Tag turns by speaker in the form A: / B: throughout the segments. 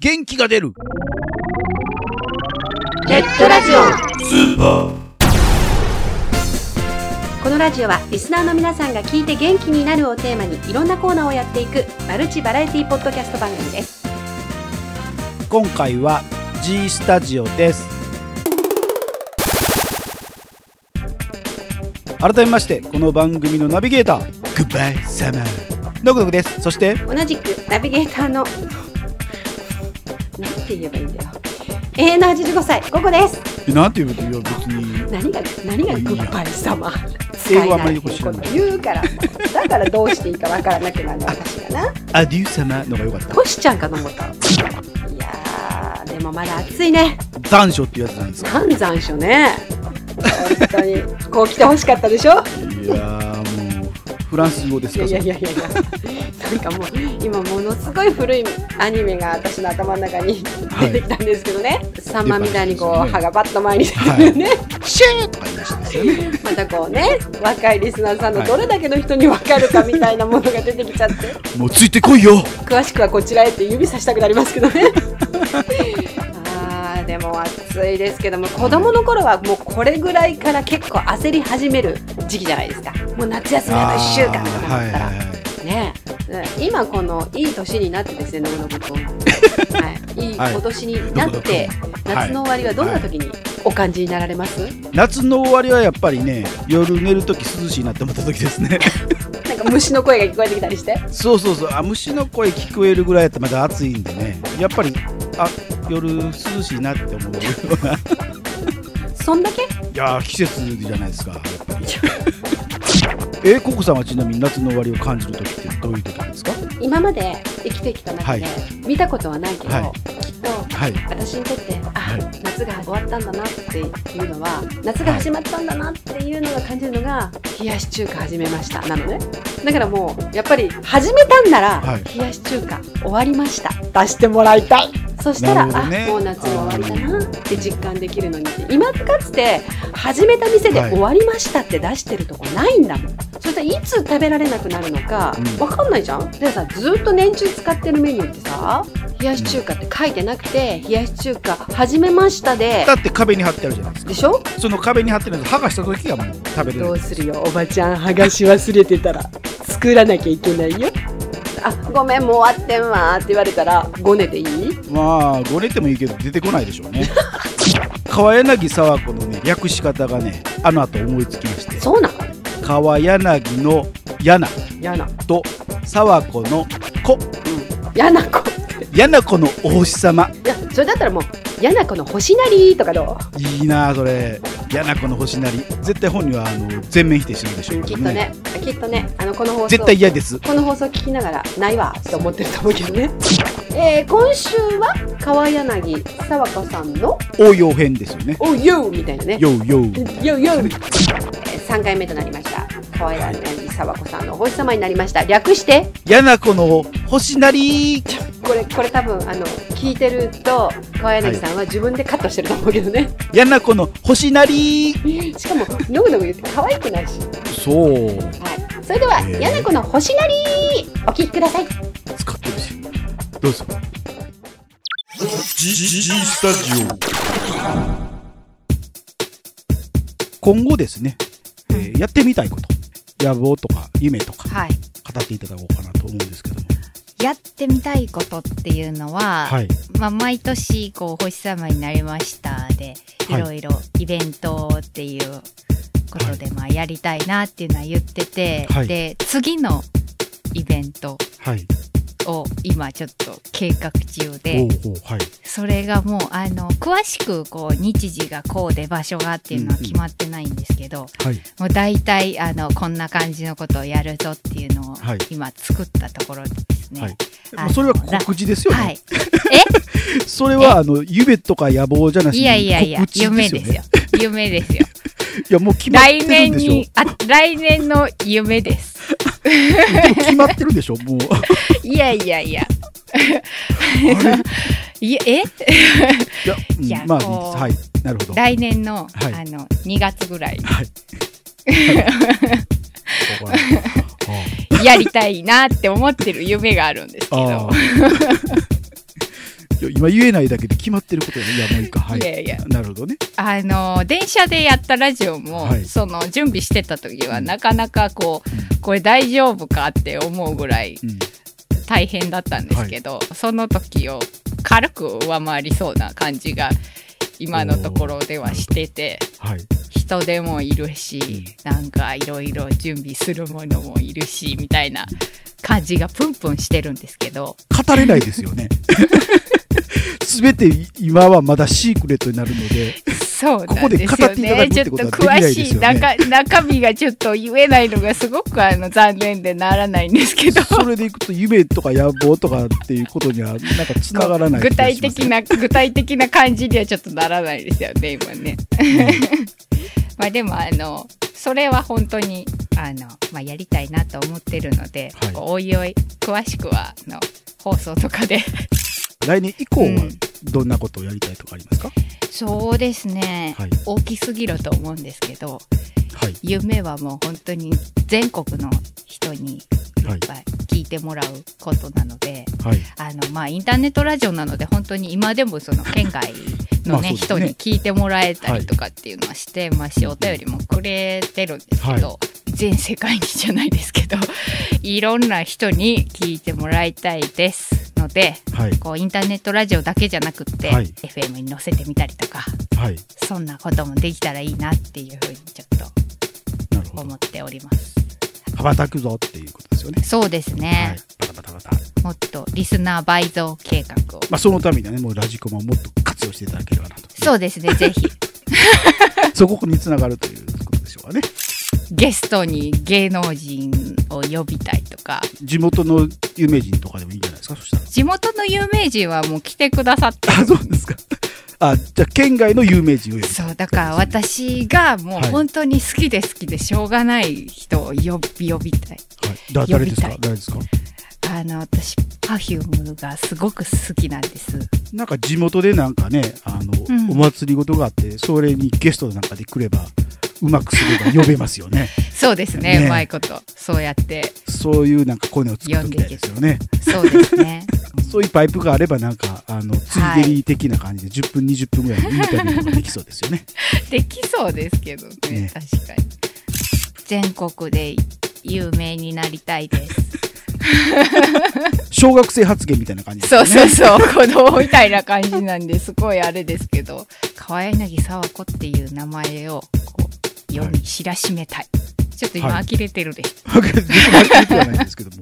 A: 元気が出る
B: ネットラジオこのラジオはリスナーの皆さんが聞いて元気になるをテーマにいろんなコーナーをやっていくマルチバラエティポッドキャスト番組です
A: 今回は G スタジオです改めましてこの番組のナビゲーターグッバイサマーノクノクですそして
B: 同じくナビゲーターのなんて言えばいいんだよ永遠の85歳ここです
A: えなんていうことよ別に
B: 何が何がグッバイ様
A: 英語はあんまりよく知
B: 使え
A: ら
B: な
A: ない
B: い言うからだからどうしていいかわからなくなる私がな
A: アデュー様のが良かった
B: トシちゃんかと思ったいやーでもまだ暑いね
A: 残暑っていうやつなんですか
B: 寒山所ね本当にこう来てほしかったでしょ
A: いやーもうフランス語です
B: い
A: か
B: やい
A: そ
B: や
A: れ
B: いやいやいやなんかもう今ものすごい古いアニメが私の頭の中に
A: はい
B: 出てきたんですけどね、サンマみたいに
A: 出
B: こう
A: ましたね
B: 歯がバッと前に出てるね、
A: シェーとか言いましたですよね
B: またこうね若いリスナーさんの
A: はい
B: どれだけの人に分かるかみたいなものが出てきちゃって、
A: もうついてこいよ
B: 詳しくはこちらへって指さしたくなりますけどね あーでも暑いですけども子供の頃はもうこれぐらいから結構焦り始める時期じゃないですかもう夏休みあと1週間とか
A: あー
B: なったら、
A: はいはいはい
B: ねえ、今このいい年になってですね、信子君。はい、いい
A: はい
B: 今年になって、夏の終わりはどんな時にお感じになられます？
A: 夏の終わりはやっぱりね夜寝るとき涼しいなって思ったときですね
B: なんか虫の声が聞こえてきたりして、
A: そうそうそうあ虫の声聞こえるぐらいやったらまだ暑いんでねやっぱりあ夜涼しいなって思うような い
B: そんだけ？
A: やー季節じゃないですかやっぱりえー、ココさんはちなみに夏の終わりを感じるときってどういうときですか
B: 今まで生きてきた中で、
A: は
B: 見たことはないけど、
A: は
B: きっと。
A: はい
B: 私にとってあ、
A: はい
B: 夏が終わったんだなっていうのは夏が始まったんだなっていうのが感じるのが冷やし中華始めましたなのねだからもうやっぱり始めたんなら、
A: はい
B: 冷やし中華終わりました出してもらいたいそしたら、
A: なるほどね
B: あもう夏も終わりだなって実感できるのに今かつて始めた店で
A: はい
B: 終わりましたって出してるとこないんだもん、そしたらいつ食べられなくなるのか
A: うん
B: わかんないじゃんでさずっと年中使ってるメニューってさ冷やし中華って書いてなくて冷やし中華始めましたで
A: だって壁に貼ってあるじゃないですか
B: でしょ
A: その壁に貼ってるやつ剥がしたときがもう食べれ
B: ど
A: る
B: うするよおばちゃん剥がし忘れてたら作らなきゃいけないよあごめんもう終わってんわーって言われたらごねていい
A: まあごねてもいいけど出てこないでしょうね川柳沢子のね略し方がねあの後思いつきまして
B: そうなの
A: 川柳の柳
B: 嫌な
A: と沢子の子
B: 嫌な子って
A: 柳子のお星様
B: いやそれだったらもう嫌な子の星なりとかどう
A: いいなあそれ柳子の星なり絶対本人はあの全面否定してるでしょうけ
B: きっ
A: ど
B: とねきっとねあのこの放送
A: 絶対嫌です
B: この放送聞きながらないわって思ってると思うけどね、 えー、今週は川柳沢子さんの
A: 応用編ですよね
B: 「おうよう」みたいなね
A: ようよう
B: 「ようよう」えー、3回目となりました川柳沢子さんのお星様になりました略して
A: 柳子の星なり
B: これこれ多分あの聞いてると川柳さんは自分でカットしてると思うけどね、
A: 柳子の星なり
B: しかものぐのぐ言って可愛くないし、
A: そう
B: はい、それでは
A: えー
B: 柳子の星なりお聞きください
A: 使ってるしどうぞ
C: G, G, G Stadio.
A: 今後ですね、えーやってみたいこと野望とか夢とか
D: はい。
A: 語っていただこうかなと思うんですけども
D: やってみたいことっていうのは、
A: はい
D: まあ、毎年、こう、星様になりましたで、い
A: はい
D: ろいろイベントっていうことで、まあ、やりたいなっていうのは言ってて、
A: はい
D: で、次のイベント
A: はい
D: を今ちょっと計画中
A: お
D: で
A: う、おうはい
D: それがもう、あの、詳しく、こう、日時がこうで場所がっていうのは決まってないんですけ
A: は
D: ど、
A: い
D: もう大体、あの、こんな感じのことをやるぞっていうのを
A: はい、
D: 今作ったところですね。
A: はい
D: あの
A: それは告知ですよね、
D: はい。
A: それはあの夢とか野望じゃなしに
D: いやいやいや
A: 告、知ですよ、ね、
D: 夢ですよ。夢ですよ。
A: いやもう 決まって
D: 来
A: るんで
D: 年
A: しょ
D: に、あ、来年の夢です。
A: でも決まってるんでしょ もう
D: いやいやいや。 いや、え
A: いや,、うん、
D: いや
A: まあい
D: こう
A: いですはいなるほど
D: 来年の、
A: はい
D: あの、2月ぐらい、
A: ここは
D: やりたいなって思ってる夢があるんですけ
A: ああ。
D: ど
A: いや今言えないだけで決まってることやね。いや、もういいか。はいい。
D: やいや
A: なるほどね。
D: あの電車でやったラジオも、
A: はい
D: その準備してた時はなかなかこ
A: う
D: うこれ大丈夫かって思うぐらい
A: うん。
D: 大変だったんですけど、その時を軽く上回りそうな感じが今のところではしてて
A: はい。
D: 人でもいるしなんかいろいろ準備するものもいるしみたいな感じがプンプンしてるんですけど
A: 語れないですよね。 すべて今はまだシークレットになるので、
D: そう
A: こ
D: な
A: こ
D: ん
A: で
D: で
A: 語っ
D: す
A: てい
D: よ
A: ただく
D: ね。
A: っ
D: ちょってと
A: ことはできない
D: 詳
A: ですよね
D: しい中中身がちょっと言えないのがすごくあの残念でならないんですけど。
A: それでいくと夢とか野望とかっていうことにはなんかつながらない
D: 具
A: 気が
D: 体
A: します
D: 的な具体的な感じにはちょっとならないですよね今ね。まあでもあのそれは本当にあの、まあ、やりたいなと思ってるので、
A: はい
D: こうおいおい詳しくはあの放送とかで
A: 来年以降
D: う
A: は
D: ん
A: どんなことをやりたいとかありますか、
D: そうですね、
A: はい
D: 大きすぎると思うんですけど
A: はい
D: 夢はもう本当に全国の人にい
A: はい
D: っぱい聞いてもらうことなので。
A: はい
D: あのまあ、インターネットラジオなので本当に今でもその県外
A: まあ
D: の、ね
A: そうですね
D: 人に聞いてもらえたりとかっていうのはしてますし、
A: はい
D: お便りもくれてるんですけど、
A: は
D: 全世界にじゃないですけど いろんな人に聞いてもらいたいですので
A: はい
D: こうインターネットラジオだけじゃなくって、
A: はい
D: FM に載せてみたりとか
A: はい
D: そんなこともできたらいいなっていうふうにちょっ
A: なる
D: と
A: ほ
D: 思
A: ど
D: っております。
A: 羽ばたくぞっていうことですよね
D: そうです
A: は
D: ね
A: い、バタバタバタ
D: もっとリスナー倍増計画を
A: まあそのためにはねもうラジコマをもっと活用していただければなと
D: そうですねぜひ
A: そこにつながるということでしょうかね
D: ゲストに芸能人を呼びたいとか
A: 地元の有名人とかでもいいんじゃないですかそしたら
D: 地元の有名人はもう来てくださって
A: あそうですかあじゃあ県外の有名人を呼ぶ
D: そうだから私がもう
A: はい
D: 本当に好きで好きでしょうがない人を呼び呼びたい
A: はい、だ誰ですか
D: 呼び
A: 誰ですか
D: あの私 Perfume がすごく好きなんです
A: なんか地元でなんかね、あの、
D: うん
A: お祭りごとがあって、それにゲストなんかで来れば、うまくすれば呼べますよね。
D: そうですね
A: ねえ
D: うまいことそうやって
A: そういうなんかコネを作っときたいですよね。
D: そうで すね
A: そういうパイプがあればなんか、あの、ついでに的な感じで10分、20分ぐらいのインタビューができそうです よね。
D: できそうですけどね
A: ね
D: 確かに全国で有名になりたいです
A: 小学生発言みたいな感じです
D: そ
A: よ
D: う
A: ね。
D: そうそう、 子供みたいな感じなんですごいあれですけど、川柳沢子っていう名前をこう世に知らしめたい。ちょっと今
A: はい
D: 呆れてるでし
A: わかる。僕は聞いてはないんですけども。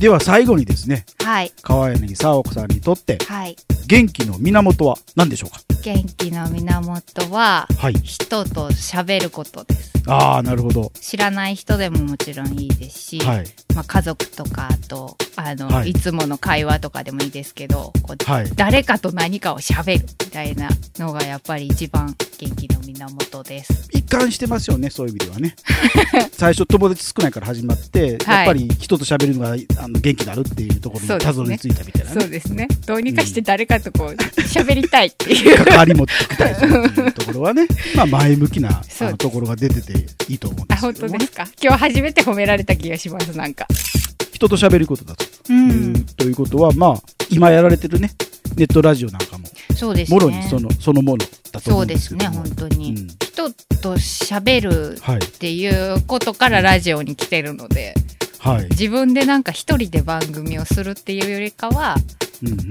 A: では最後にですね、
D: ょ。はい、
A: 川柳沢子さんにとって
D: はい。
A: 元気の源は何でしょうか
D: 元気の源は、
A: はい。
D: 人と喋ることです。
A: ああ、なるほど。
D: 知らない人でももちろんいいですし、
A: はい。
D: まあ、家族とかあとあの、
A: はい
D: い、つもの会話とかでもいいですけどこう、
A: はい
D: 誰かと何かを喋るみたいなのがやっぱり一番元気の源です。
A: 一貫してますよねそういう意味で はね最初友達少ないから始まって、
D: はい
A: やっぱり人と喋るのがあの元気になるっていうところ
D: そう
A: に
D: です
A: たどり着い
D: ね
A: たみたいな、
D: そ
A: ね
D: うですね。どうにかして誰かとこう喋りたいっ ていう。
A: 関わり持っていきたいというところは ねまあ前向きなあ
D: そうです
A: のところが出てていいと思うんで
D: あ
A: すけ
D: 本
A: ど
D: 当
A: も
D: で
A: ね
D: すか。今日初めて褒められた気がしますなんか。
A: 人と喋ることだと,、
D: う
A: うということはまあ今やられてるねネットラジオなんかも
D: そうですね。
A: もろにそのそのものだと
D: そ
A: 思う
D: うんで
A: ですけ
D: すね
A: ども
D: 本当に、
A: うん
D: 人と喋る
A: はい
D: っていうことからラジオに来てるので、
A: はい、
D: 自分でなんか一人で番組をするっていうよりかは
A: うんうん、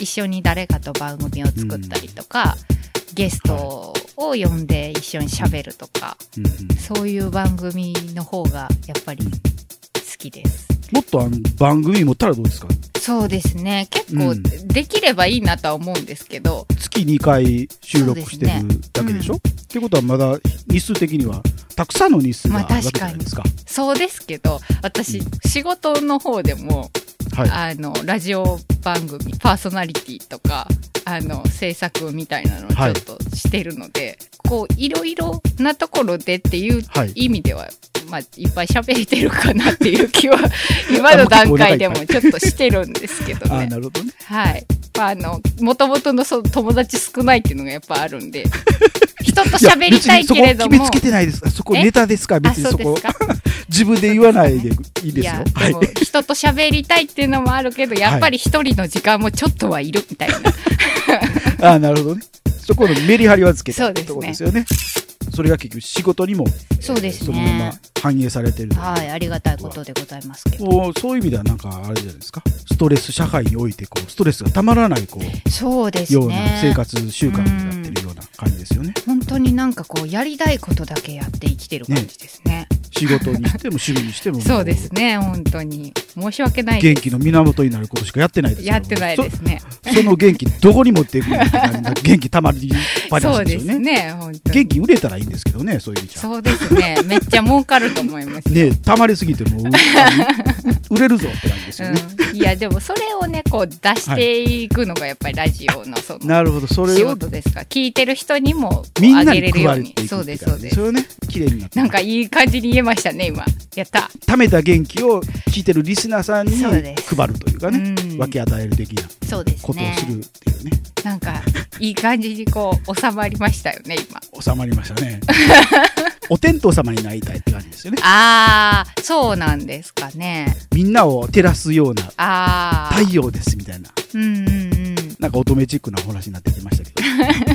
D: 一緒に誰かと番組を作ったりとか、ゲストを呼んで一緒に喋るとか、
A: うんうん
D: そういう番組の方がやっぱり
A: うん
D: 好きです。
A: もっとあの番組持ったらどうですか
D: そうですね結構
A: うん
D: できればいいなとは思うんですけど、
A: 月2回収録してる
D: そうですね
A: だけでしょ、ってことはまだ日数的にはたくさんの日数があ
D: まあ
A: るわけじゃないですか。
D: そうですけど私仕事の方でも、
A: はい、
D: あのラジオ番組パーソナリティとかあの制作みたいなのをち
A: は
D: ょ
A: い
D: っとしてるので、こういろいろなところでっていう
A: はい
D: 意味では、まあ、いっぱい喋れてるかなっていう 気は今の段階でもちょっとしてるんですけど
A: ああ
D: ね
A: な。るほどね
D: はい。まあ、あの、もともとのそう友達少ないっていうのがやっぱあ るんで、人と
A: いや
D: 喋りたい
A: 別にそ
D: け
A: こ
D: れど
A: 決め
D: も
A: つ、けてないですあそこ
D: え
A: ネタですから
D: あ、
A: 別に
D: そう
A: そ
D: で
A: こ
D: すか。
A: 自分で言わないでいい
D: い
A: ですよ
D: や、
A: は
D: で
A: い
D: も、人と喋りたいっていうのもあるけど、やっぱり一人の時間もちょっとはいるみたいな。
A: ああなるほどねそこのメリハリはつけ
D: そ
A: た
D: うですね
A: ところですよねそれが結局仕事にも
D: そうです
A: そ
D: ね
A: のまま反映されてる
D: はい、ありがたいことでございますけど。
A: もうそういう意味ではなんかあれじゃないですかストレス社会においてこうストレスがたまらないこう
D: そうです
A: よう
D: ね
A: な。生活習慣になってるような感じですよね
D: 本当になんかこう、やりたいことだけやって生きてる感じですね。
A: 仕事にしても趣味にしても
D: そうですね、本当に。申し訳ない
A: 元
D: です。
A: 気の源になることしかやってないですよ
D: やってないですね。
A: そ その元気どこに持っていくのかって感じの元気たまりっぱな
D: そ
A: し
D: う
A: で
D: ですす
A: よね
D: ね、本当
A: 元
D: に。
A: 気売れたらいいんですけどねそういう意味じゃ
D: そうで すね、めっちゃ儲かると思います。
A: ねたまりすぎてもう売れるぞって感じですよね、
D: うん、いやでもそれをねこう出していくのがやっぱりラジオのその
A: なるほどそれ
D: 仕
A: を
D: 事ですから聞いてる人にもこう
A: みんな
D: あげ
A: に
D: れる
A: 配
D: よう
A: られ
D: に
A: ていく
D: そう
A: って
D: です
A: 感
D: そう
A: じ
D: で
A: そ
D: す
A: れをね綺麗になって
D: なんかいい感じに言えましたね今やった、
A: 貯めた元気を聞いてるリスナーさんに
D: そう
A: 配
D: です
A: るというかね、
D: うん
A: 分け与える的な
D: そうです
A: ことを
D: ね
A: するっていうね
D: なんかいい感じにこう収まりましたよね今
A: 収まりましたね お天道様になりたいって感じですよね
D: あーそうなんですかね
A: みんなを照らすような
D: あ
A: 太
D: ー
A: 陽ですみたいな
D: うんうんうん
A: なんか乙女チックなお話になってきましたけど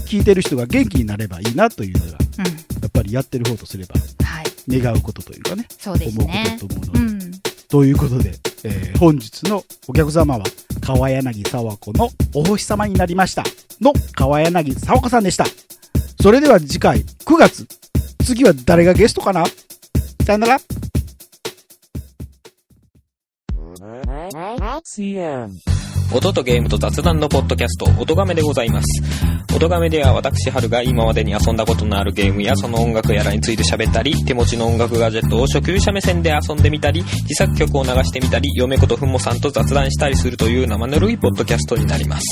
A: 聞いてる人が元気になればいいなというのが
D: うん
A: やっぱりやってる方とすれば
D: はい
A: 願うことというかね
D: そうですね
A: 思うことだと思う
D: う
A: ので、
D: ん
A: ということで、えー本日のお客様は川柳沢子のお星様になりましたの川柳沢子さんでしたそれでは次回9月次は誰がゲストかなさよなら
C: CM.
E: 音とゲームと雑談のポッドキャスト、音亀でございます。音亀では私、春が今までに遊んだことのあるゲームやその音楽やらについて喋ったり、手持ちの音楽ガジェットを初級者目線で遊んでみたり、自作曲を流してみたり、嫁ことふもさんと雑談したりするという生ぬるいポッドキャストになります。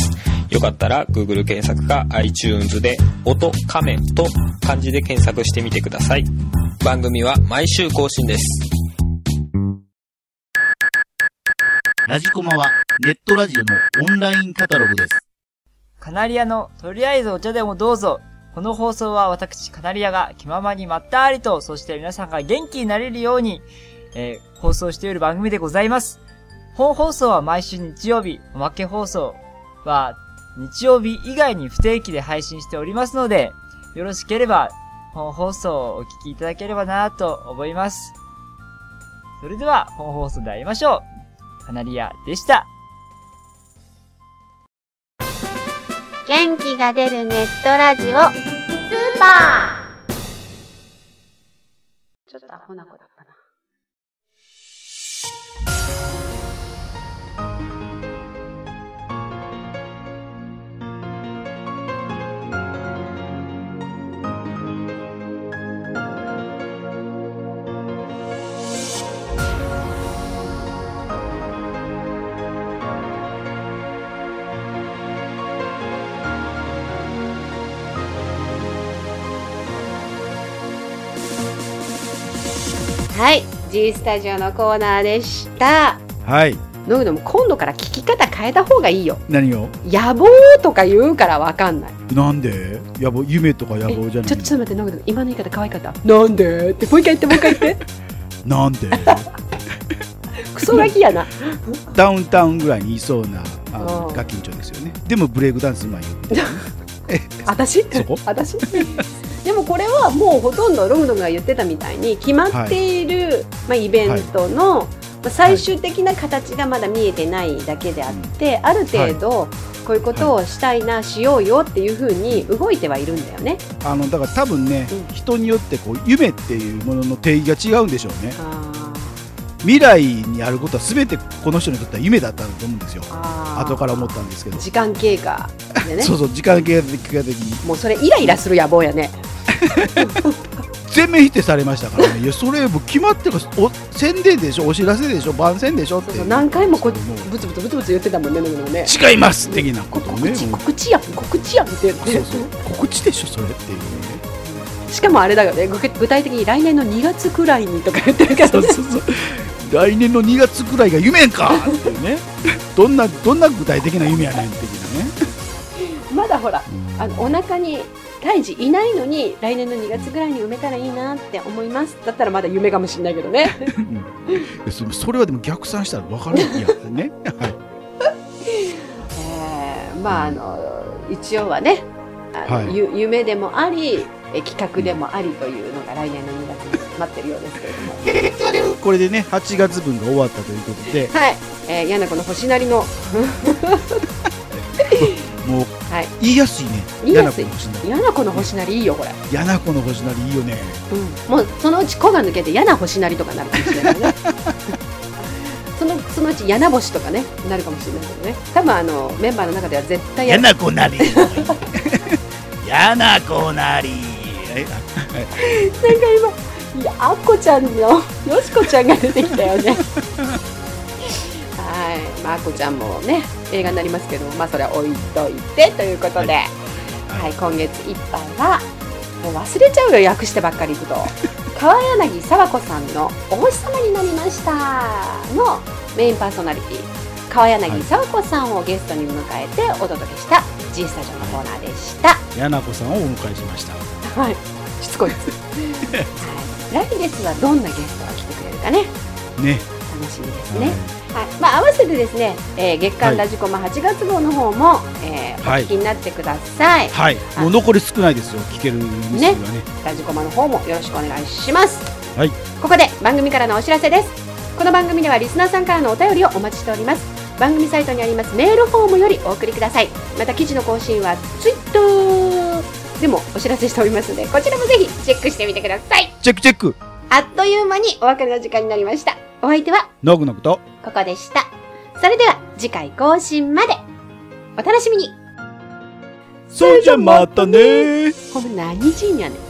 E: よかったら、Google 検索か iTunes で、音亀と漢字で検索してみてください。番組は毎週更新です。
F: ラジコマはネットラジオのオンラインカタログです。
G: カナリアのとりあえずお茶でもどうぞ。この放送は私、カナリアが気ままにまったりと、そして皆さんが元気になれるように、えー放送している番組でございます。本放送は毎週日曜日、おまけ放送は日曜日以外に不定期で配信しておりますので、よろしければ本放送をお聞きいただければなと思います。それでは本放送で会いましょう。カナリアでした。
H: 元気が出るネットラジオスーパー
B: ちょっとアホな子だったな。はい、G スタジオのコーナーでした。
A: はい
B: のぐのも今度から聞き方変えた方がいいよ。
A: 何を
B: 野望とか言うからわかんない。
A: なんで野望夢とか野望じゃ
B: ち
A: な
B: ょ
A: い
B: ちょっと待って、のぐの今の言い方可愛かった。なんでってもう一回言ってもう一回言って。
A: なん で
B: クソガキやな。
A: ダウンタウンぐらいにいそうなあの
B: うん
A: ガキンチョですよねでもブレイクダンスうまいよ
B: 私
A: そこ
B: 私でもこれはもうほとんどロムドムが言ってたみたいに決まっている、まあ、イベントの、まあ最終的な形がまだ見えてないだけであって、ある程度、こういうことをしたいな、しようよっていうふうに動いてはいるんだよね。
A: あのだから多分ね、
B: うん
A: 人によってこう夢っていうものの定義が違うんでしょうね
B: あ
A: 未来にあることは全てこの人にとっては夢だったんだと思うんですよ
B: あ
A: 後から思ったんですけど、
B: 時間経過でね
A: そうそう時間経過的に
B: もうそれイライラする野望やね
A: 全面否定されましたからねいやそれもう決まってるお宣伝でしょお知らせでしょ番宣でしょって
B: そうそう何回もこう
A: もう
B: ブツブツブツブツ言ってたもんねロムドムね
A: 違います的なことを
B: 告
A: ね
B: 知
A: もう
B: 告知やん告知やんって言って
A: そう そう告知でしょそれっていうね
B: しかもあれだよね、具具体的に来年の2月くらいにとか言ってるから、ね、
A: そうそうそう来年の2月くらいが夢やんかっていうねどんなどんな具体的な夢やねん的なね
B: まだほら、
A: うん
B: あのお腹に胎児いないのに来年の2月ぐらいに埋めたらいいなって思いますだったらまだ夢かもしれないけ どね
A: えそそれはでも逆算したら分かるいやね、は
B: えーまああの一応はねあの
A: はい
B: ゆ夢でもありえ企画でもありというのが来年の2月に待ってるようですけれど も
A: い、これでね8月分が終わったということで
B: はい、えー、柳子の星なりの
A: もう、
B: はい
A: 言いやすいね
B: 言いやすい
A: 柳子の星なり
B: 柳子の星なりいいよこれ、
A: 柳子の星なりいいよね
B: うん、もうそのうち「子」が抜けて「やな星なり」とかなるかもしれ ないねそのそのうち「やな星」とかねなるかもしれないけどね多分あのメンバーの中では絶対
F: や
B: や
F: なこなり。やなこなり。
A: えあ
B: なんか今いやあっこちゃんのよしこちゃんが出てきたよね はい、まあ、あっこちゃんもね映画になりますけどまあそれは置いといてということで、はい今月いっぱいはもう忘れちゃうよ訳してばっかりい くと川柳沢子さんの「お星様になりました」のメインパーソナリティ川柳沢子さんをゲストに迎えてお届けした G スタジオのコーナーでした。
A: 柳子さんをお迎えしました
B: はい、しつこ いです。はい来月はどんなゲストが来てくれるかね、
A: ね
B: 楽しみですね。はい、まあ、合わせてですね、えー月間ラジコマ8月号の方も、えー
A: はい
B: お聞きになってくださ
A: は
B: い。
A: い、はい、もう残り少ないですよ聞ける日数がね
B: ラジコマの方もよろしくお願いします。
A: はい
B: ここで番組からのお知らせです。この番組ではリスナーさんからのお便りをお待ちしております。番組サイトにありますメールフォームよりお送りください。また記事の更新はツイッターでもお知らせしておりますので、こちらもぜひチェックしてみてください。
A: チェックチェック
B: あっという間にお別れの時間になりました。お相手は
A: ノグノグと
B: ここでした。それでは次回更新まで。お楽しみに。
A: それじゃまたね
B: ほんま何時にやねん。